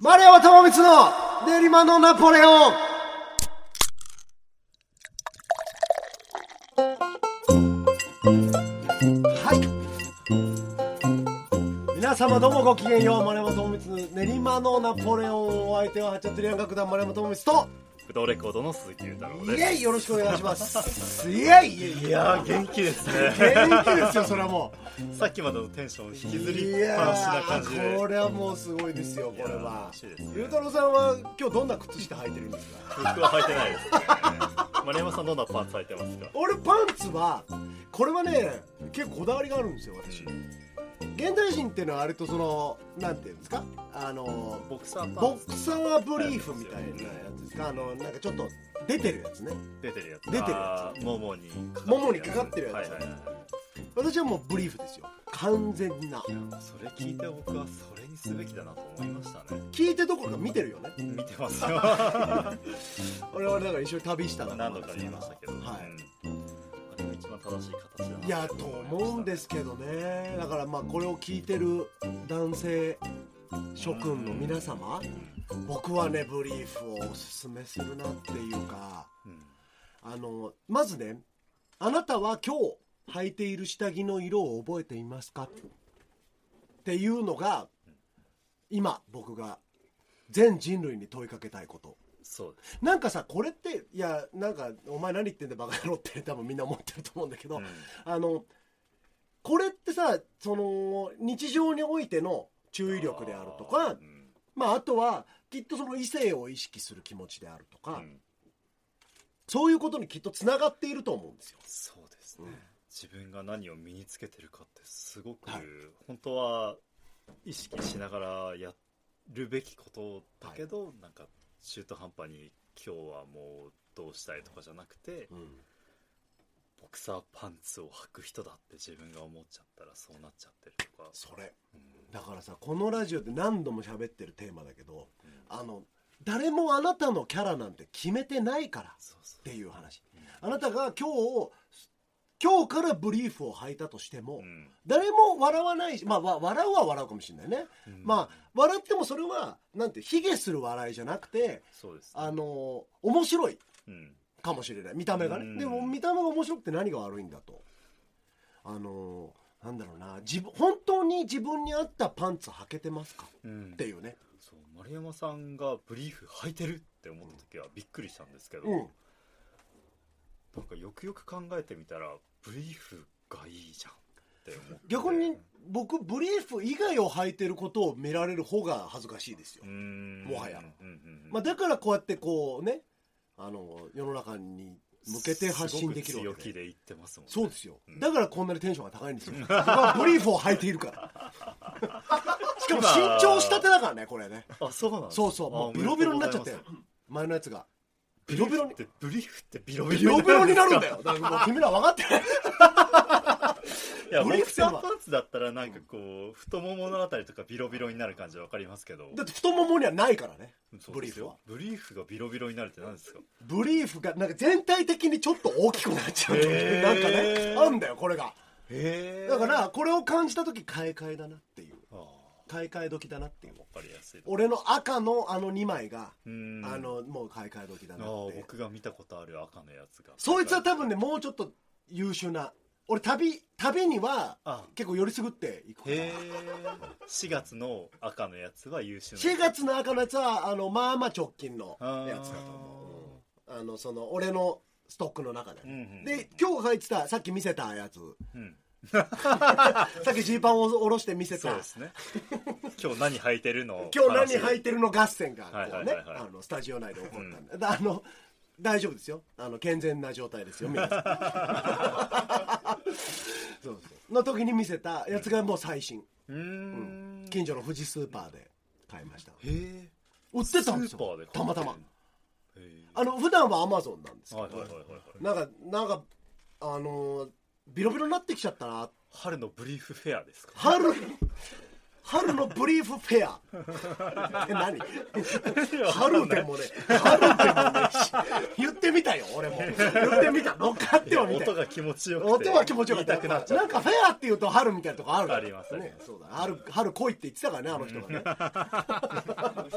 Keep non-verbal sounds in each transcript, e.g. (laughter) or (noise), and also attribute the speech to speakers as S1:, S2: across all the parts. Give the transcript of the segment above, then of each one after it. S1: 丸山智光の練馬のナポレオンはい皆様どうもごきげんよう丸山智光練馬のナポレオンお相手はハチャトリアン楽団丸山智光と
S2: 不動レコードの鈴木裕太郎
S1: イ
S2: です
S1: エイよろしくお願いしますイエイい
S2: いやー元気ですね
S1: 元気ですよそれはも
S2: さっきまでのテンション引き
S1: う
S2: ずりっぱなしな感じ
S1: い
S2: で
S1: やーこれはもうすごいですよこれは
S2: 楽しいですね
S1: ゆうたろうさんは今日どんな靴下履いてるんですか
S2: 僕は履いてないです、ね、丸山さんどんなパンツ履いてますか
S1: 俺パンツはこれはね結構こだわりがあるんですよ私現代人っていうのは割とそのなんていうんですかあの
S2: ボクサーパ
S1: ボ
S2: ンツ
S1: クサーブリーフみたいなやつですかあのなんかちょっと出てるやつね
S2: 出てるやつ
S1: 出てるやつ
S2: あーももにかかってるやつ
S1: ももにかかってるやつ
S2: はいはいはい
S1: 私はもうブリーフですよ完全ない
S2: やもうそれ聞いて僕はそれにすべきだなと思いましたね
S1: 聞いてどころか見てるよね
S2: 見てます
S1: (laughs)
S2: よ何
S1: 俺はだから一緒に旅したの
S2: 度か言いましたけど、
S1: はい
S2: うんあれが一番正しい形だない
S1: やと思うんですすけどねだからまあこれを聞いてる男性諸君の皆様僕はねブリーフをおすすめするなっていうかあのまずねあなたは今日履いている下着の色を覚えていますかっていうのが今僕が全人類に問いかけたいこと
S2: そうです、
S1: なんかさこれっていやなんかお前何言ってんだバカ野郎って多分みんな思ってると思うんだけど、
S2: うん
S1: あのこれってさその日常においての注意力であるとか
S2: う
S1: あ,、
S2: ん
S1: まあ、あとはきっとその異性を意識する気持ちであるとか、
S2: うん
S1: そういうことにきっとつながっていると思うんですよ。
S2: そうですね、
S1: うん
S2: 自分が何を身につけてるかってすごく、
S1: はい
S2: 本当は意識しながらやるべきことだけど、なんか中途半端に今日はもうどうしたいとかじゃなくて、
S1: うん
S2: ボクサーパンツを履く人だって自分が思っちゃったらそうなっちゃってるとか、
S1: それ
S2: うん
S1: だからさこのラジオで何度も喋ってるテーマだけど
S2: うん
S1: あの誰もあなたのキャラなんて決めてないからっ
S2: そうそう
S1: ていう話あなたが今日今日からブリーフを履いたとしても、
S2: うん
S1: 誰も笑わないし、まあ、わ笑うは笑うかもしれないね、
S2: うん
S1: まあ笑ってもそれはなんて卑下する笑いじゃなくて
S2: そうですね、
S1: あの面白い
S2: うん
S1: かもしれない見た目がね、
S2: うん
S1: でも見た目が面白くて何が悪いんだとあのなんだろうな自分本当に自分に合ったパンツ履けてますか
S2: うん
S1: っていうね
S2: そう丸山さんがブリーフ履いてるって思った時はびっくりしたんですけど、
S1: うん
S2: なんかよくよく考えてみたらブリーフがいいじゃんって思って
S1: 逆に僕ブリーフ以外を履いてることを見られる方が恥ずかしいですよ
S2: うー、ん
S1: もはや
S2: うんうんうん
S1: まあ、だからこうやってこうねあの世の中に向けて発信できる
S2: すご
S1: わけ
S2: く強気
S1: で
S2: で言ってますもんね
S1: そうですよ、
S2: うん
S1: だからこんなにテンションが高いんですよ僕はブリーフを履いているから
S2: (laughs)
S1: しかも
S2: 今
S1: 身長したてだからねこれね
S2: あそうなんです
S1: そうそうもうビロビロになっちゃって前のやつがビロビロに
S2: ってブリーフって (laughs) ビロ
S1: ビ
S2: ビロ
S1: ロビロになるん
S2: です
S1: だよだからもう君ら分かってない
S2: かいや
S1: ブ
S2: ボ
S1: リー
S2: ク
S1: フって
S2: サ
S1: のは
S2: ーパンツだったらなんかこう太もものあたりとかビロビロになる感じわかりますけど
S1: だって太ももにはないからね
S2: そうですよブリーフがビロビロになるって何ですか
S1: ブリーフがなんか全体的にちょっと大きくなっちゃう、
S2: へー
S1: なんかねあんだよこれが
S2: へ
S1: だからこれを感じた時買い替えだなっていう
S2: あーわ
S1: 買い替え時だなっていう
S2: かりやすい
S1: 俺の赤のあの2枚が、
S2: うーん
S1: あのもう買い替え時だ
S2: あ
S1: なって
S2: ー
S1: いう
S2: 僕が見たことある赤のやつが
S1: そいつは多分ねもうちょっと優秀な俺旅旅には
S2: あ
S1: 結構寄りすぐっていくから
S2: へえ4月の赤のやつは優秀な
S1: 4月の赤のやつはあのまあまあ直近の
S2: あー
S1: やつだと思ううんあのその俺のストックの中で、
S2: うんうん
S1: で今日入ってたさっき見せたやつ
S2: うん
S1: さっきジーパンを下ろして見せ
S2: そう
S1: た
S2: ですね今日何履いてるの
S1: 今日何履
S2: て
S1: いてるの合戦がこうね
S2: はいはいはいはい
S1: あのスタジオ内で起こったんで、だあの大丈夫ですよあの健全な状態ですよ皆さ
S2: (laughs)
S1: んそうそうの時に見せたやつがもう最新、
S2: うーん
S1: 近所の富士スーパーで買いました
S2: へえ
S1: 売ってたんです
S2: スーパー
S1: よ
S2: で買って
S1: た
S2: る
S1: またま
S2: へえ
S1: あの普段はアマゾンなんですけど、
S2: はいはいはいはいはい
S1: なんかなんかあのービロビロになってきちゃったな
S2: 春のブリーフフェアですか
S1: 春春のブリーフフェアえ何春でもね春でもねし言ってみたよ俺も言ってみた乗っかっ
S2: い
S1: て
S2: や
S1: はみた
S2: 音
S1: い
S2: が気持ちよくて
S1: 音は気持ちよかっ
S2: 言いたくなっち
S1: た
S2: ゃ
S1: な
S2: うん
S1: かフェアっていうと春みたいなとこあるから
S2: ありますあり
S1: ね
S2: ま (laughs)
S1: そうだ春春来いって言ってたからねあの人がね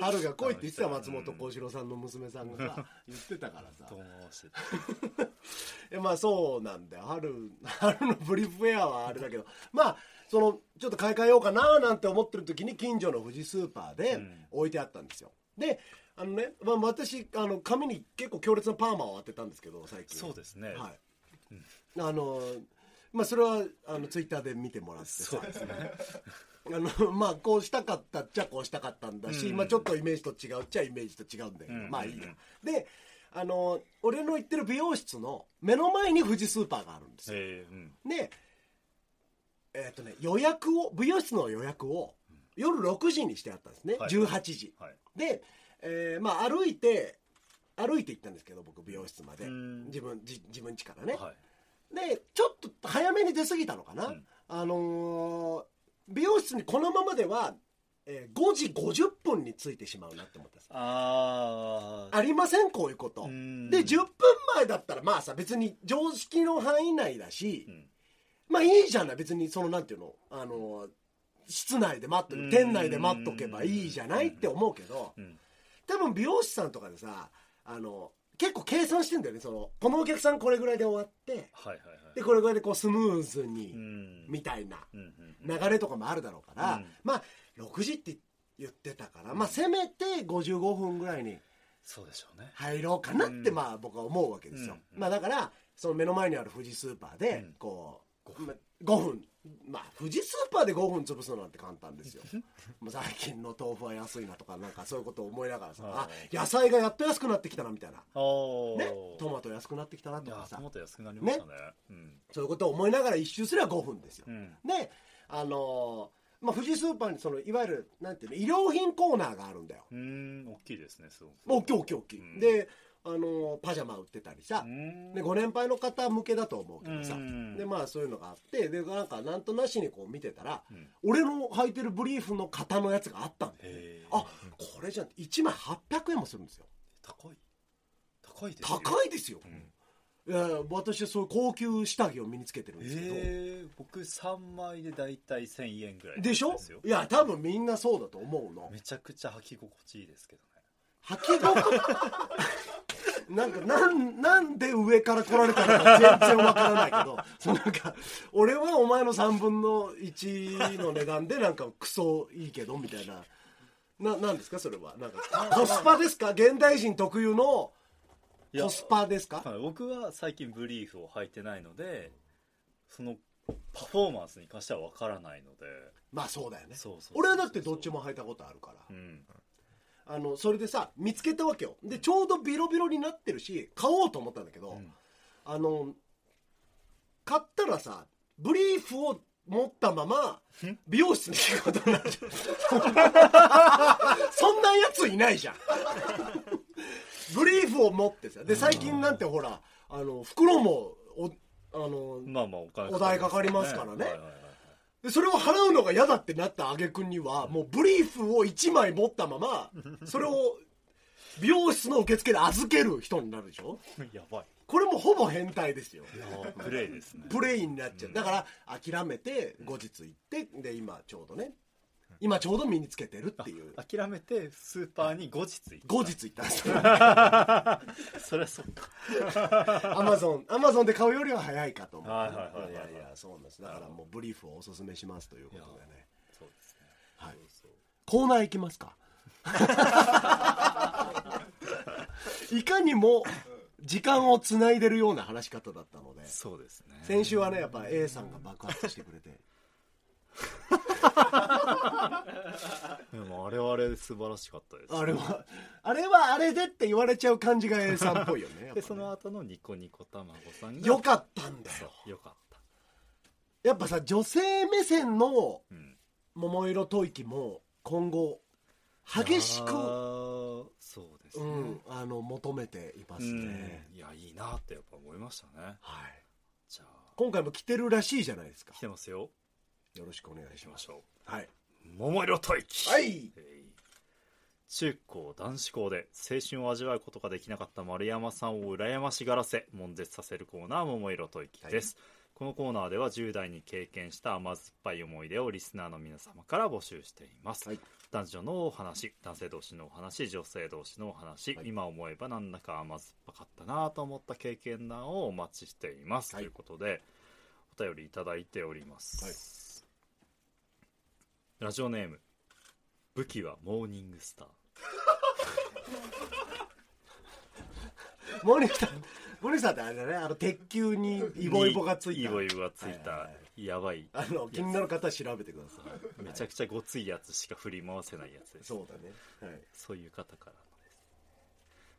S1: 春が来いって言ってた松本幸四郎さんの娘さん
S2: (laughs)
S1: が言ってたからさ
S2: どうもしてた
S1: えまあそうなんだよ春春のブリーフウェアはあれだけどまあそのちょっと買い替えようかななんて思ってる時に近所の富士スーパーで
S2: うん
S1: 置いてあったんですよ、であのね、まあ、私あの髪に結構強烈なパーマを当てたんですけど最近
S2: そうですね、
S1: はいあのまあそれはあのツイッターで見てもらってさ
S2: そうですね
S1: あのまあこうしたかったっちゃこうしたかったんだし、
S2: うん
S1: まあちょっとイメージと違うっちゃイメージと違うんだけど、
S2: うん
S1: まあいいやであの俺の行ってる美容室の目の前に富士スーパーがあるんですよ
S2: えーうん
S1: でえっ、とね予約を美容室の予約を夜6時にしてあったんですね、
S2: はい
S1: 18時
S2: はい
S1: で、えーまあ歩いて歩いて行ったんですけど僕美容室まで、
S2: うん
S1: 自分じ自分家からね、
S2: はい
S1: でちょっと早めに出過ぎたのかな、
S2: うん
S1: あのー美容室にこのままでは、えー5時50分に着いてしまうなって思ったんです
S2: ああ
S1: ありませんこういうこと、で10分前だったらまあさ別に常識の範囲内だし、
S2: うん
S1: まあいいじゃない別にそのなんていうの、あのー室内で待っと
S2: う
S1: る
S2: ん
S1: 店内で待っとけばいいじゃないって思うけど、
S2: うん
S1: 多分美容師さんとかでさあの結構計算してんだよねそのこのお客さんこれぐらいで終わって
S2: はいはいはい
S1: でこれぐらいでこうスムーズに、
S2: うん
S1: みたいな
S2: うんうんうん
S1: 流れとかもあるだろうから、
S2: うん
S1: まあ6時って言ってたから、まあ、せめて55分ぐらいに
S2: そうでしょうね
S1: 入ろうかなって
S2: うん
S1: まあ僕は思うわけですよ、
S2: うん
S1: まあ、だからその目の前にある富士スーパーで
S2: うん
S1: こう、
S2: 5分
S1: ま5分まあ富士スーパーで5分潰すのなんて簡単ですよ
S2: (laughs)
S1: もう最近の豆腐は安いなとかなんかそういうことを思いながらさあ
S2: あ
S1: 野菜がやっと安くなってきたなみたいな、
S2: ああ
S1: ね、トマト安くなってきたなとか
S2: いや
S1: さ
S2: もっと安くなりましたねうん
S1: そういうことを思いながら一周すれば5分ですよ
S2: うん
S1: で、あのーまあ、富士スーパーにそのいわゆるなんていうの衣料品コーナーがあるんだよ
S2: うん大きいですねすご
S1: 大
S2: く
S1: きい大きい大きい、
S2: うん
S1: で、あのーパジャマ売ってたりさ
S2: う、ん
S1: でご年配の方向けだと思うけどさ、
S2: うん
S1: でまあそういうのがあってでなんかなんとなしにこう見てたら
S2: うん
S1: 俺の履いてるブリーフの型のやつがあったんだよね
S2: へえ
S1: あこれじゃん1枚800円もするんですよ
S2: 高い高いですよ
S1: 高いですよ、
S2: うん
S1: いや私はそういう高級下着を身につけてるんですけど、
S2: ええ僕3枚で大体1000円ぐらい
S1: でしょ
S2: すよ
S1: いや多分みんなそうだと思うの
S2: めちゃくちゃ履き心地いいですけどね
S1: 履き心地 (laughs) なんかなんなんで上から来られたのか全然わからないけど (laughs) そのなんか俺はお前の3分の1の値段でなんかクソいいけどみたいなななんですかそれは
S2: (laughs)
S1: なんかコスパですか現代人特有の
S2: いや
S1: コスパですか
S2: はい僕は最近ブリーフを履いてないのでそのパフォーマンスに関しては分からないので
S1: まあそうだよね
S2: そうそうそう
S1: 俺はだってどっちも履いたことあるから
S2: うん
S1: あのそれでさ見つけたわけよでちょうどビロビロになってるし買おうと思ったんだけど、
S2: うん
S1: あの買ったらさブリーフを持ったまま美容室に行くことになっちゃうそんなやついないじゃんブリーフを持ってさで最近なんてほらあの袋もおあの
S2: まあまあお金
S1: お代かかりますからね
S2: はいはいはい
S1: でそれを払うのが嫌だってなった挙句にはもうブリーフを1枚持ったままそれを美容室の受付で預ける人になるでしょ
S2: はいやばい
S1: これもほぼ変態ですよ
S2: あープレイですね
S1: プレイになっちゃう、
S2: うん
S1: だから諦めて後日行ってで今ちょうどね今ちょうど身につけてるっていう
S2: 諦めてスーパーに後日行った
S1: 後日行ったん
S2: (laughs)
S1: ですよ
S2: そりゃそっか
S1: アマゾンアマゾンで買うよりは早いかと思う
S2: はいはいはいはい
S1: いやいやそうなんですだからもうブリーフをおすすめしますということでね
S2: そうですね
S1: はい
S2: そう
S1: コーナー行きます
S2: (laughs)
S1: かいかにも時間をつないでるような話し方だったので
S2: そうですね
S1: 先週はねやっぱ A さんが爆発してくれて
S2: でもあれはあれで素晴らしかったです
S1: あれはあれはあれでって言われちゃう感じが A さんっぽいよねやっぱね
S2: (laughs) でその後のニコニコ卵さんが
S1: よかったんだ
S2: そ
S1: よ
S2: うよかった
S1: やっぱさ女性目線の
S2: うん
S1: 桃色吐息も今後激し
S2: あ
S1: く、
S2: ーそうです
S1: う
S2: ね、
S1: ん、あの求めていますね、
S2: うんいやいいなってやっぱ思いましたね
S1: はい、
S2: じゃあ
S1: 今回も来てるらしいじゃないですか
S2: 来てますよ
S1: よろしくお願い
S2: 行
S1: し
S2: き
S1: ま
S2: ますしょ
S1: はい、
S2: う桃色吐息
S1: はい、
S2: えー中高男子校で青春を味わうことができなかった丸山さんを羨ましがらせ悶絶させるコーナー「桃色吐息」です、このコーナーでは10代に経験した甘酸っぱい思い出をリスナーの皆様から募集しています、
S1: はい
S2: 男女のお話男性同士のお話女性同士のお話、
S1: はい
S2: 今思えばなんだか甘酸っぱかったなと思った経験談をお待ちしています、
S1: はい
S2: ということでお便りいただいております、ラジオネーム武器はモーニングスター
S1: モニターモニターってあれだねあの鉄球にイボイボがついた
S2: イボイボがついた、
S1: はいはいは
S2: やばい
S1: あの気になる方は調べてください
S2: めちゃくちゃごついやつしか振り回せないやつです
S1: そうだねはい
S2: そういう方からので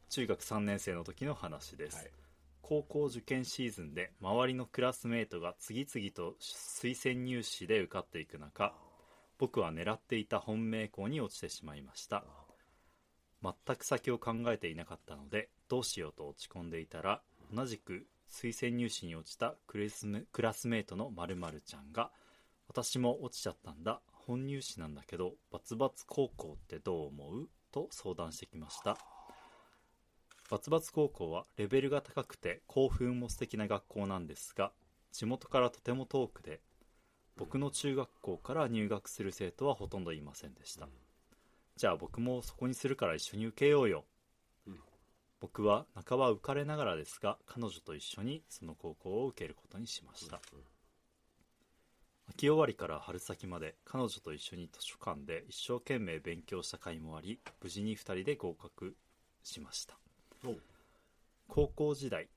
S2: す中学3年生の時の話です、
S1: はい
S2: 高校受験シーズンで周りのクラスメートが次々と推薦入試で受かっていく中僕は狙っていた本命校に落ちてしまいました全く先を考えていなかったのでどうしようと落ち込んでいたら同じく推薦入試に落ちたクレスメクラスメートの〇〇ちゃんが「私も落ちちゃったんだ本入試なんだけどバツバツ高校ってどう思う?」と相談してきましたバツバツ高校はレベルが高くて興奮も素敵な学校なんですが地元からとても遠くで僕の中学校から入学する生徒はほとんどいませんでした、じゃあ僕もそこにするから一緒に受けようよ、
S1: うん
S2: 僕は半ば浮かれながらですが彼女と一緒にその高校を受けることにしました、秋終わりから春先まで彼女と一緒に図書館で一生懸命勉強した甲斐もあり無事に2人で合格しました
S1: おう
S2: 高校時代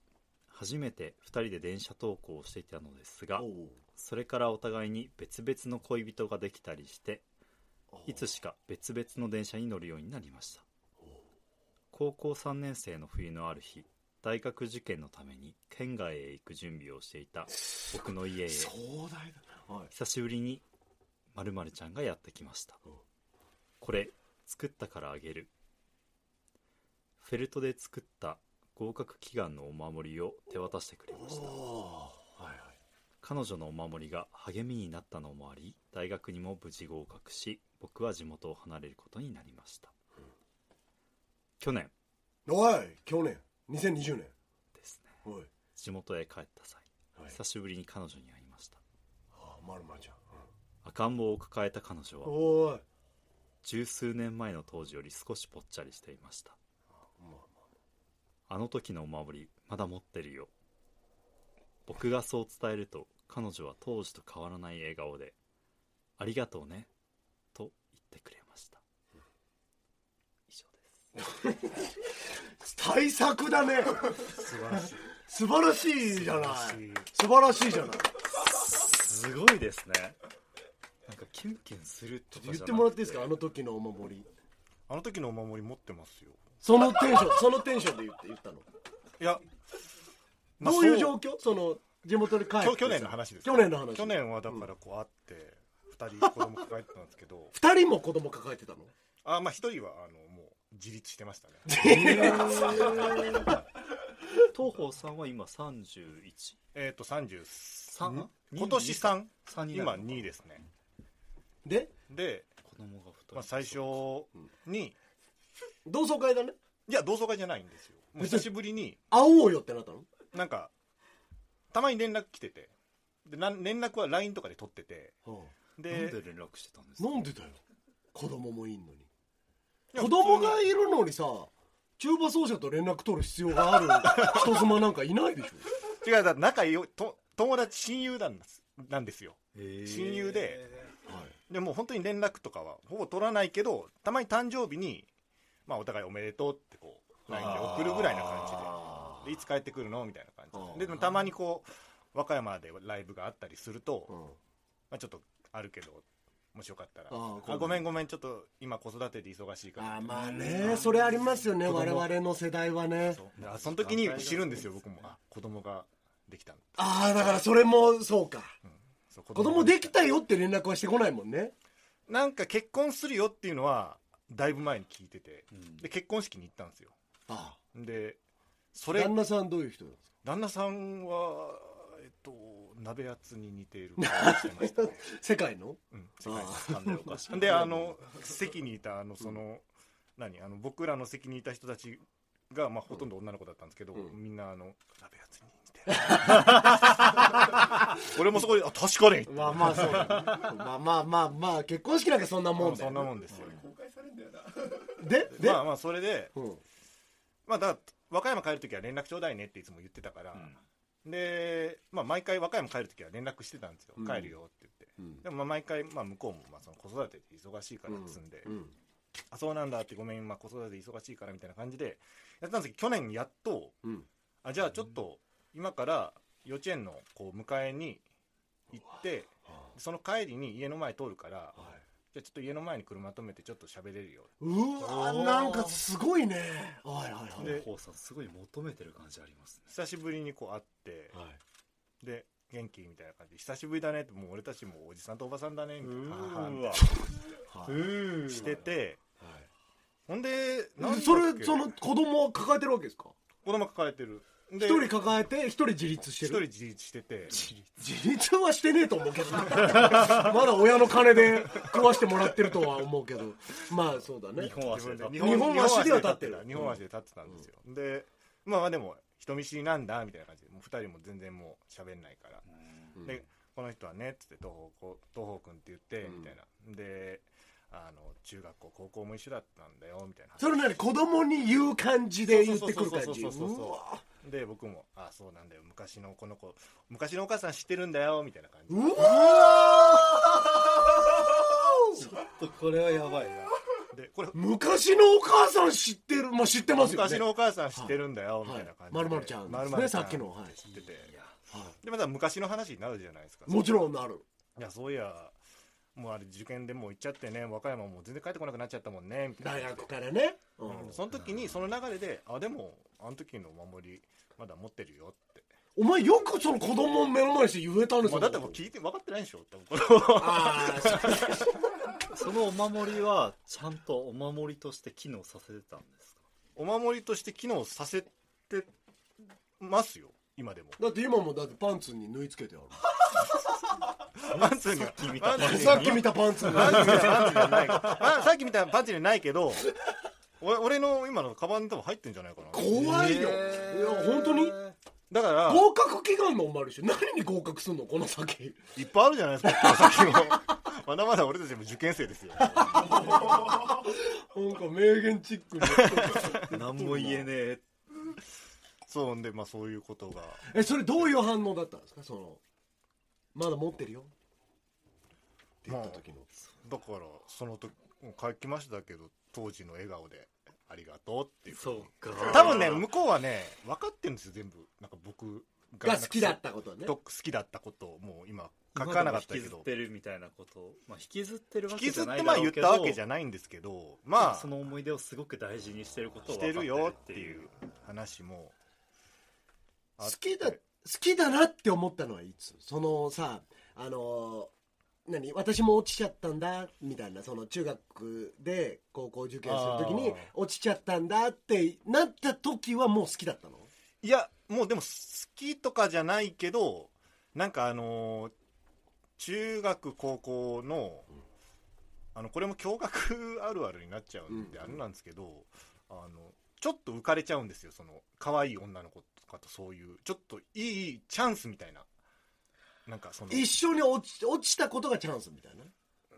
S2: 初めて2人で電車登校をしていたのですが
S1: おう
S2: それからお互いに別々の恋人ができたりして
S1: おう
S2: いつしか別々の電車に乗るようになりました
S1: おう
S2: 高校3年生の冬のある日大学受験のために県外へ行く準備をしていた僕の家へ
S1: 壮
S2: 久
S1: 大だなはい
S2: しぶりにまるまるちゃんがやってきました
S1: うん
S2: これ作ったからあげるフェルトで作った合格祈願のお守りを手渡してくれました
S1: おーはいはい
S2: 彼女のお守りが励みになったのもあり大学にも無事合格し僕は地元を離れることになりました、
S1: うん
S2: 去年
S1: おい去年2020年
S2: ですね
S1: おい
S2: 地元へ帰った際
S1: はい
S2: 久しぶりに彼女に会いました
S1: あまるまるちゃん
S2: 赤ん坊を抱えた彼女は
S1: おーい
S2: 十数年前の当時より少しぽっちゃりしていました
S1: まあ
S2: あの時のお守りまだ持ってるよ僕がそう伝えると彼女は当時と変わらない笑顔で「ありがとうね」と言ってくれました以上で
S1: 対策だね (laughs)
S3: 素晴らしい
S1: 素晴らしいじゃない
S3: 素晴らしい
S1: 素晴らしいじゃない
S2: すすごいですねなんかキュンキュンするとかじ
S1: 言
S2: ゃ
S1: っ
S2: なく
S1: てもらっていいですかあの時のお守り
S3: あの時のお守り持ってますよ
S1: そのテンションそのテンションで言って言ったの
S3: いや、まあ
S1: どういう
S3: そ
S1: 状況その地元に帰って
S3: きょ去年の話ですか
S1: 去年の話
S3: 去年はだからこう会って2人子供抱えてたんですけど
S1: 二人も子供抱えてたの
S3: あまあ1人はあのもう自立してましたね
S2: 東宝さんは今 31?
S3: えっと33
S2: 三
S3: 今年3
S2: 3にな
S3: 今
S2: るのか
S3: 2ですね
S1: で
S3: で、
S2: 子供が2人、
S3: まあ、最初に
S1: 同窓会だね
S3: いや同窓会じゃないんですよもう久しぶりに
S1: 会おうよってなったの
S3: なんかたまに連絡来ててでなん連絡は LINE とかで取ってて
S2: なん
S3: で
S2: で連絡してたんですか
S1: なんでだよ子供もいんのに
S3: いや
S1: 子供が
S3: 普通
S1: いるのにさチューバ奏者と連絡取る必要がある人妻なんかいないでしょ
S3: に違うだから仲いいよと友達親友なんですなんですよ親友で
S1: はい
S3: でもう本当に連絡とかはほぼ取らないけどたまに誕生日に、まあ、お互いおめでとうってこう LINE で送るぐらいな感じ
S1: あー
S3: ででいつ帰ってくるのみたいな
S1: あ
S3: 感
S1: ー
S3: じででもたまにこう和歌山でライブがあったりすると、
S1: うん
S3: まあ、ちょっとあるけどもしよかったら
S1: あー
S3: あごめんごめんちょっと今子育てで忙しいから
S1: あーまあねそれありますよね
S3: 子供
S1: 我々の世代はね
S3: そうであその時に知るんですよ僕もあ子供ができたんだ
S1: ああだからそれもそうか
S3: そう
S1: 子供できたよって連絡はしてこないもんね
S3: なんか結婚するよっていうのはだいぶ前に聞いてて
S2: うん
S3: で結婚式に行ったんですよ
S1: あ
S3: でそ
S1: あ
S3: れ
S1: 旦那さんどういう人なんです
S3: 旦那さんはえっと鍋やつに似
S1: (laughs)
S3: ている顔をしてましたね、
S1: か世界の
S3: うん、世界
S1: あ
S2: なんでおかしい
S3: であの席にいたあのその、何あの僕らの席にいた人たちが、まあ、ほとんど女の子だったんですけど、
S1: うん
S3: みんなあの鍋やつに似てる
S1: (laughs)
S3: 俺もそこで、あ、確かに。
S1: まあまあそうだねまあまあまあまあ結婚式なんかそんなもんだ
S3: そ
S1: よ
S3: んなもんですよ。
S4: 公開されるんだよな。
S1: でで、
S3: まあまあ、それで、
S1: うん、
S3: まあ、だから和歌山帰るときは連絡ちょうだいねっていつも言ってたから、で、まあ、毎回和歌山帰るときは連絡してたんですよ、
S1: うん
S3: 帰るよって言って、
S1: うん
S3: でもまあ毎回、まあ、向こうもまあその子育てで忙しいからっつんで、
S1: うん
S3: あそうなんだって、ごめん、まあ、子育て忙しいからみたいな感じでやってたんですけど、去年やっと、
S1: うん
S3: あじゃあちょっと今から幼稚園のこう迎えに行って、その帰りに家の前通るから、じゃあちょっと家の前に車止めて、ちょっと喋れるよ
S1: うわなんかすごいねはいはいはい
S2: 東宝さんすごい求めてる感じあります
S3: 久しぶりにこう会って、
S2: ね、
S3: で元気みたいな感じで久しぶりだねってもう俺たちもおじさんとおばさんだねみたいなは
S2: う
S3: ー
S2: わ
S3: は
S1: はい
S2: ー
S3: ーしててほんで
S1: は
S3: ないん
S1: そ
S3: だっけ
S1: れその子供を抱えてるわけですか
S3: 子供抱えてるで
S1: 一人抱えて一人自立して
S3: 一
S1: る
S3: 人自立してて
S1: 自立はしてねえと思うけどね (laughs) まだ親の金で食わしてもらってるとは思うけどまあそうだね
S2: 日本
S3: 自
S2: 足
S3: 分
S2: で立
S3: で
S2: って
S1: 日本足では立ってる
S3: 日本足で立ってたんですよでまあまあでも人見知りなんだみたいな感じでもう二人も全然もう喋んないから
S1: うん
S3: でこの人はねっつって東方こ東方君って言って
S1: うん
S3: みたいなであの中学校高校も一緒だったんだよみたいな
S1: それなり子供に言う感じで言ってくる感じ
S3: そうそうそうそう
S1: う
S3: そう
S1: わ
S3: で僕も「あそうなんだよ昔のこの子昔のお母さん知ってるんだよ」みたいな感じ
S1: うわ
S2: これはやばいな
S3: でこれ
S1: 昔のお母さん知ってるまあ知ってますよね
S3: 昔のお母さん知ってるんだよ」み
S1: は
S3: たい
S1: い
S3: な感じで
S1: まるまるちゃん
S3: ま
S1: で
S3: る
S1: す
S3: まる
S1: ね
S3: ちゃん
S1: さっきのはい
S3: 知ってて
S1: は
S3: でまた昔の話になるじゃないですか
S1: いもちろんなる
S3: いやそういやもうあれ受験でもう行っちゃってね和歌山もう全然帰ってこなくなっちゃったもんねみた
S1: 大
S3: いな
S1: 学からねうん
S3: うんその時にその流れで「あでもあの時のお守りまだ持ってるよ」って、
S1: お前よくその子供を目の前にして言えたんですよ
S3: まあ、だってもう聞いて分かってないでしょ多分これ (laughs) は
S1: ああそう
S2: そのお守りはちゃんとお守りとして機能させてたんですか
S3: お守りとして機能させてますよ
S1: (laughs)
S3: 今でも
S1: だって今もだってパンツに縫い付けてある
S3: パンツには
S2: 見た
S3: パンツに
S1: さっき見たパンツが
S3: パンツにはないあさっき見たパンツにはないけど俺俺の今のカバンに多分入ってんじゃないかな
S1: 怖いよ、いや本当に
S3: だから
S1: 合格祈願のお前あるし何に合格すんのこの先
S3: いっぱいあるじゃないですか (laughs) さっきもまだまだ俺たちも受験生ですよ
S1: なんか名言チックに
S2: 何も言えねえ
S3: そうんでまあそういうことが
S1: えそれどういう反応だったんですかそのまだ持ってるよって言った時の、
S3: だからその時書きましたけど当時の笑顔でありがとうっていう
S2: そうか
S3: 多分ね向こうはね分かってるんですよ全部なんか僕
S1: が好きだったことね
S3: と好きだったことをもう今書かなかったけ
S2: 今でも引きずっ
S3: ど
S2: てるみたいなこと、まあ、引きずってるわ
S3: 引
S2: け
S3: き
S2: じ
S3: ず
S2: ゃ
S3: っ
S2: な
S3: て
S2: いだ
S3: まあ
S2: ろ
S3: 言
S2: う
S3: っ
S2: け
S3: た
S2: ど
S3: わけじゃないんですけどまあ
S2: その思い出をすごく大事にしてることを分
S3: し
S2: かって
S3: てる
S2: る
S3: よ
S2: っ
S3: ってて
S2: い
S3: いうう話もあ
S1: 好
S3: って
S1: きだ好きだなって思ったのはいつそのさあの何私も落ちちゃったんだみたいなその中学で高校受験するときに
S3: あー
S1: 落ちちゃったんだってなった時はもう好きだったの
S3: いやもうでも好きとかじゃないけどなんかあのー中学高校のあのこれも驚愕あるあるになっちゃうんで
S1: うん
S3: あれなんですけどあのちょっと浮かれちゃうんですよその可愛い女の子とかとそういうちょっといいチャンスみたいななんかその
S1: 一緒に落ち落ちたことがチャンスみたいな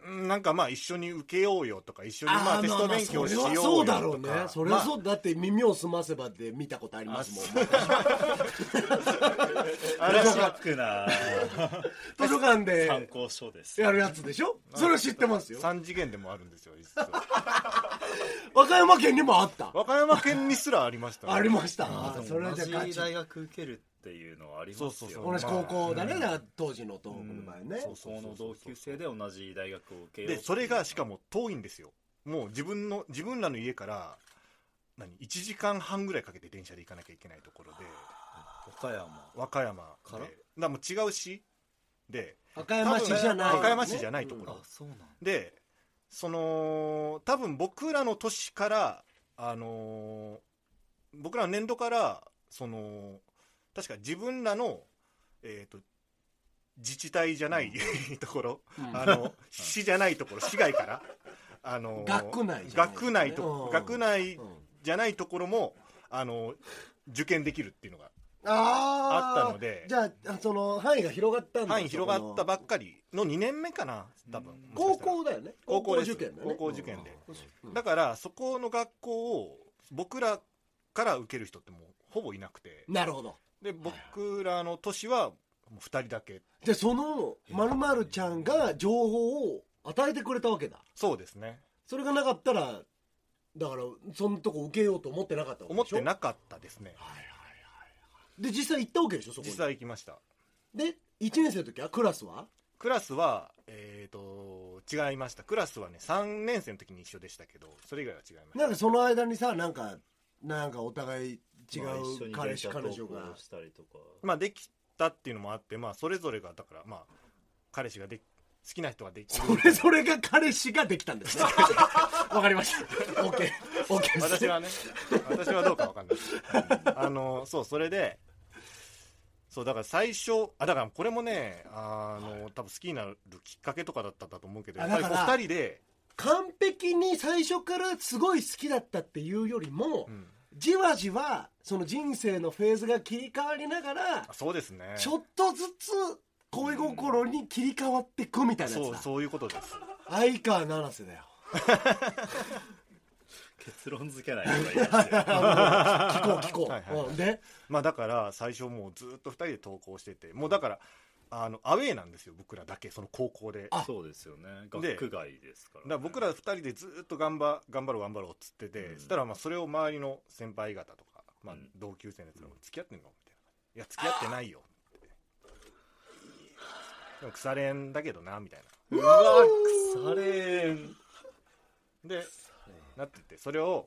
S3: うんなんかまあ一緒に受けようよとか一緒にま
S1: ー
S3: あテスト勉強しよう
S1: それは
S3: よ
S1: そう
S3: と
S1: だろうね
S3: か
S1: それは
S3: ま
S1: そう、だって耳を澄ませばで見たことありますもん
S3: あ
S2: あ
S3: あ
S2: れ
S3: れ
S2: シ
S3: は
S2: ャックな
S1: 図書館
S2: 参
S1: で
S2: 考書です
S1: やるやつでしょそれは知ってますよ
S3: 3次元でもあるんですよ実は
S1: 和歌山県にもあった
S3: 和歌山県にすらありましたね
S1: ありました
S2: あでも
S1: それはじゃあ
S2: 同
S1: ガ
S2: じ
S1: チ
S2: 大学受けるっていうのはあります
S3: そ
S2: よ
S3: うそうそう
S1: 同じ高校だね、
S3: まあ
S1: だから当時の東北の場合ね、
S2: 高校の同級生で同じ大学を受けよう
S3: でそれがしかも遠いんですよもう自分の自分らの家から何1時間半ぐらいかけて電車で行かなきゃいけないところで
S2: 岡山
S3: 和歌山で
S2: から
S3: だらもう違う市で
S1: 和歌山市じゃない、
S3: 和歌山市じゃないとこ
S2: あ
S3: ろ
S2: そうなんだ
S3: でその多分僕らの年からあのー僕らの年度からその確か自分らのえっ、と自治体じゃない、 (laughs) ところ
S1: うんうん
S3: あの、市じゃないところ、市外から。あの
S1: 学内じゃない
S3: 学内と、
S1: うん
S3: 学内
S1: うん
S3: じゃないところも、あの、受験できるっていうのが
S1: あ
S3: あった
S1: ー
S3: ので
S1: じゃあその範囲が広がったんだ
S3: 範囲広がったば
S1: っ
S3: っかりの2年目かな多分
S2: うん
S1: 高
S3: もしかしたら
S1: 校だよね
S3: 高校です
S1: 受験だよね
S3: 高校受験で
S1: うん
S3: だからそこの学校を僕らから受ける人ってもうほぼいなくて
S1: なるほど
S3: で僕らの年はもう2人だけ
S1: じゃあそのまるまるちゃんが情報を与えてくれたわけだ
S3: そうですね
S1: それがなかったらだからそのとこ受けようと思ってなかったわけ
S3: 思
S1: で
S3: っ
S1: しょ
S3: てなかったですね
S1: はいはいはいはいで実際行ったわけでしょそこに
S3: 実際行きました
S1: で1年生の時はクラスは
S3: クラスはえっ、と違いましたクラスはね3年生の時に一緒でしたけどそれ以外は違いました
S1: なんかその間にさなんかなんかお互い違
S2: まあ一緒
S1: う
S2: に
S1: 彼氏
S2: データ
S1: 彼
S2: 投
S1: 女
S2: 稿
S1: が
S2: したりとか
S3: まあできたっていうのもあってまあそれぞれがだからまあ彼氏ができ好きな人ができる
S1: それぞれが彼氏ができたんです
S3: (laughs)
S1: ねわかりました OKOK
S3: 私はね私はどうかわかんないあのそうそれでそうだから最初あだからこれもねあの、多分好きになるきっかけとかだったんだと思うけどや
S1: あ
S3: っぱ
S1: だ
S3: りこう
S1: から
S3: 2人で、
S1: 完璧に最初からすごい好きだったっていうよりも、
S3: うん
S1: じわじわその人生のフェーズが切り替わりながら
S3: あそうですね
S1: ちょっとずつ恋心に切り替わっていくみたいなや
S3: そう
S1: つだ
S3: そういうことです
S1: 相川七瀬だよ
S2: 結論付けないとか言いましたよ
S1: 聞こう聞こう、
S3: はいはいはい
S1: うんで
S3: まあだから最初もうずっと2人で投稿しててもうだからあのアウェーなんですよ僕らだけその高校でだか
S1: あ
S2: そうですよね
S3: で
S2: 学外ですから,、
S3: ら僕ら2人でずっと頑張頑張ろう頑張ろうっつってて、
S2: うん
S3: そしたらまあそれを周りの先輩方とか、まあ
S2: うん、
S3: 同級生のやつらも付き合ってんのみたいないや付き合ってないよってでも腐れんだけどなみたいな
S2: うわ腐れん
S3: でなっててそれを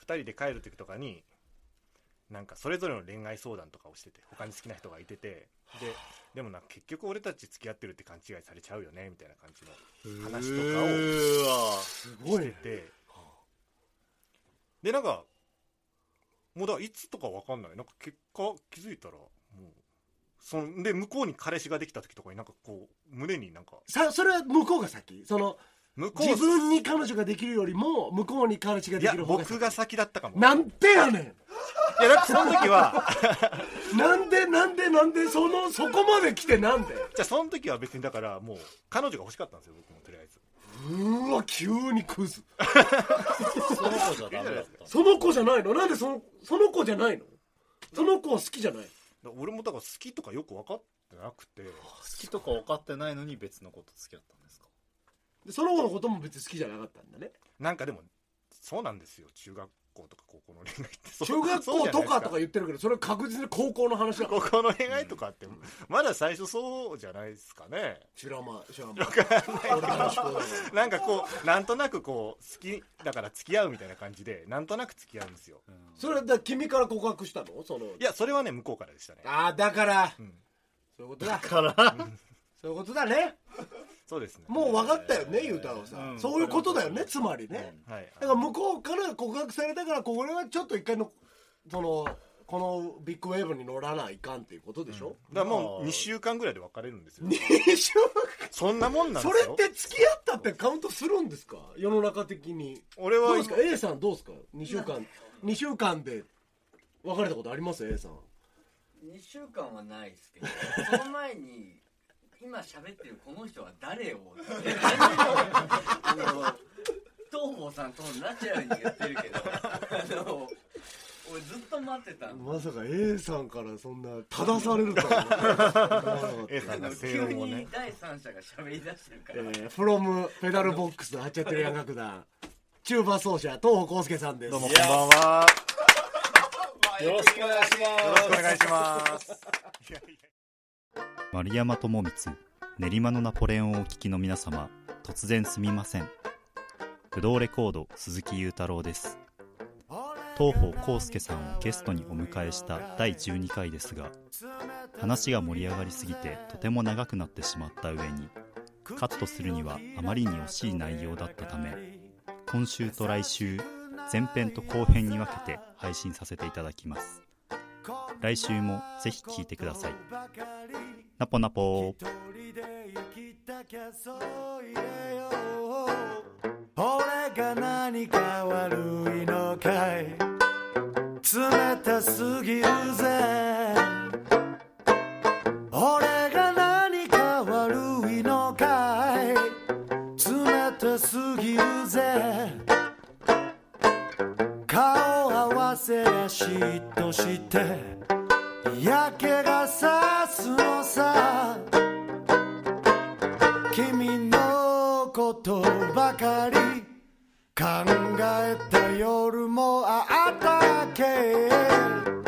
S3: 2人で帰る時とかになんかそれぞれの恋愛相談とかをしてて他に好きな人がいててででもなんか結局俺たち付き合ってるって勘違いされちゃうよねみたいな感じの話とかを
S2: うわ
S1: すごい
S3: して
S1: ね
S3: てでなんかもうだからいつとかわかんないなんか結果気づいたらもうそので向こうに彼氏ができた時とかになんかこう胸になんか
S1: さそれは向こうが先その
S3: 向こう
S1: 自分に彼女ができるよりも向こうに彼氏が
S3: い
S1: で
S3: や
S1: きる方が
S3: 僕が先だったかも
S1: なんでやね
S3: いやだってその時は
S1: んなんでなんでなんでそのそこまで来てなんで
S3: じゃあその時は別にだからもう彼女が欲しかったんですよ僕もとりあえず
S1: うわ急にクズ
S2: その子じゃダメだっ
S1: その子じゃないのなんでそのその子じゃないのその子は好きじゃないの
S3: だから俺もだから好きとかよく分かってなくて
S2: た好きとか分かってないのに別の子と付き合ったんですか
S1: でその子のことも別に好きじゃなかったんだね
S3: なんかでもそうなんですよ中学校とか高校の恋愛ってそう
S1: 中学
S3: そう
S1: 校
S3: じゃな
S1: と
S3: いです
S1: かとか言ってるけどそれは確実に高校の話だ
S3: 高校の恋愛とかってまだ最初そうじゃないですかね
S1: 知らんま知らんま俺の話こうだか
S3: なんかこうなんとなくこう好きだから付き合うみたいな感じでなんとなく付き合うんですよ
S2: うん
S1: らそれはだ君から告白したのその
S3: いやそれはね向こうからでしたね
S1: ああだから
S3: うん
S1: そういうことだ
S2: から
S1: そういうことだね
S3: そうですね
S1: もう分かったよねゆうたろうさ
S2: うん
S1: んそういうことだよねつまりね
S3: はい
S1: だから向こうから告白されたからこれはちょっと一回のそのこのビッグウェーブに乗らないかんっていうことでしょ、
S3: だからもう2週間ぐらいで別れるんですよ
S1: 二週
S3: そんなもんなん
S1: そ
S3: です
S1: れ
S3: よ
S1: って付き合ったってカウントするんですか世の中的に
S3: 俺
S1: どう
S3: は
S1: ですか A さんどうですか2週間二週間で別れたことあります A さん
S4: 2週間はないですけどその前に今喋ってるこの人は誰をってあの東方さんともナチュラルにやってるけどあの俺ずっと待ってたの
S1: まさか A さんからそんな正されるとは思わなかった
S3: A さ
S4: あ
S3: んが
S4: の
S3: 正
S4: 急
S3: 論をね
S4: に第三者が喋り出してるか
S1: え
S4: ら、
S1: ー、フロムペダルボックスハッチャテリアン楽団チューバー奏者東方康介さんです
S3: どうもこんばんは
S2: よろしくお願いし
S3: よろ
S2: ま
S3: しくお願いします
S2: (laughs) 丸山智光練馬のナポレオンをお聞きの皆様突然すみません不動レコード鈴木裕太郎です東方康介さんをゲストにお迎えした第12回ですが話が盛り上がりすぎてとても長くなってしまった上にカットするにはあまりに惜しい内容だったため今週と来週前編と後編に分けて配信させていただきます来週もぜひ聴いてくださいナポナポ
S5: 一人で生きたけそ入れよう俺が何か悪いのかい冷たすぎるぜ
S1: 汗が嫉妬して嫌気がさすのさ君のことばかり考えた夜もあったけ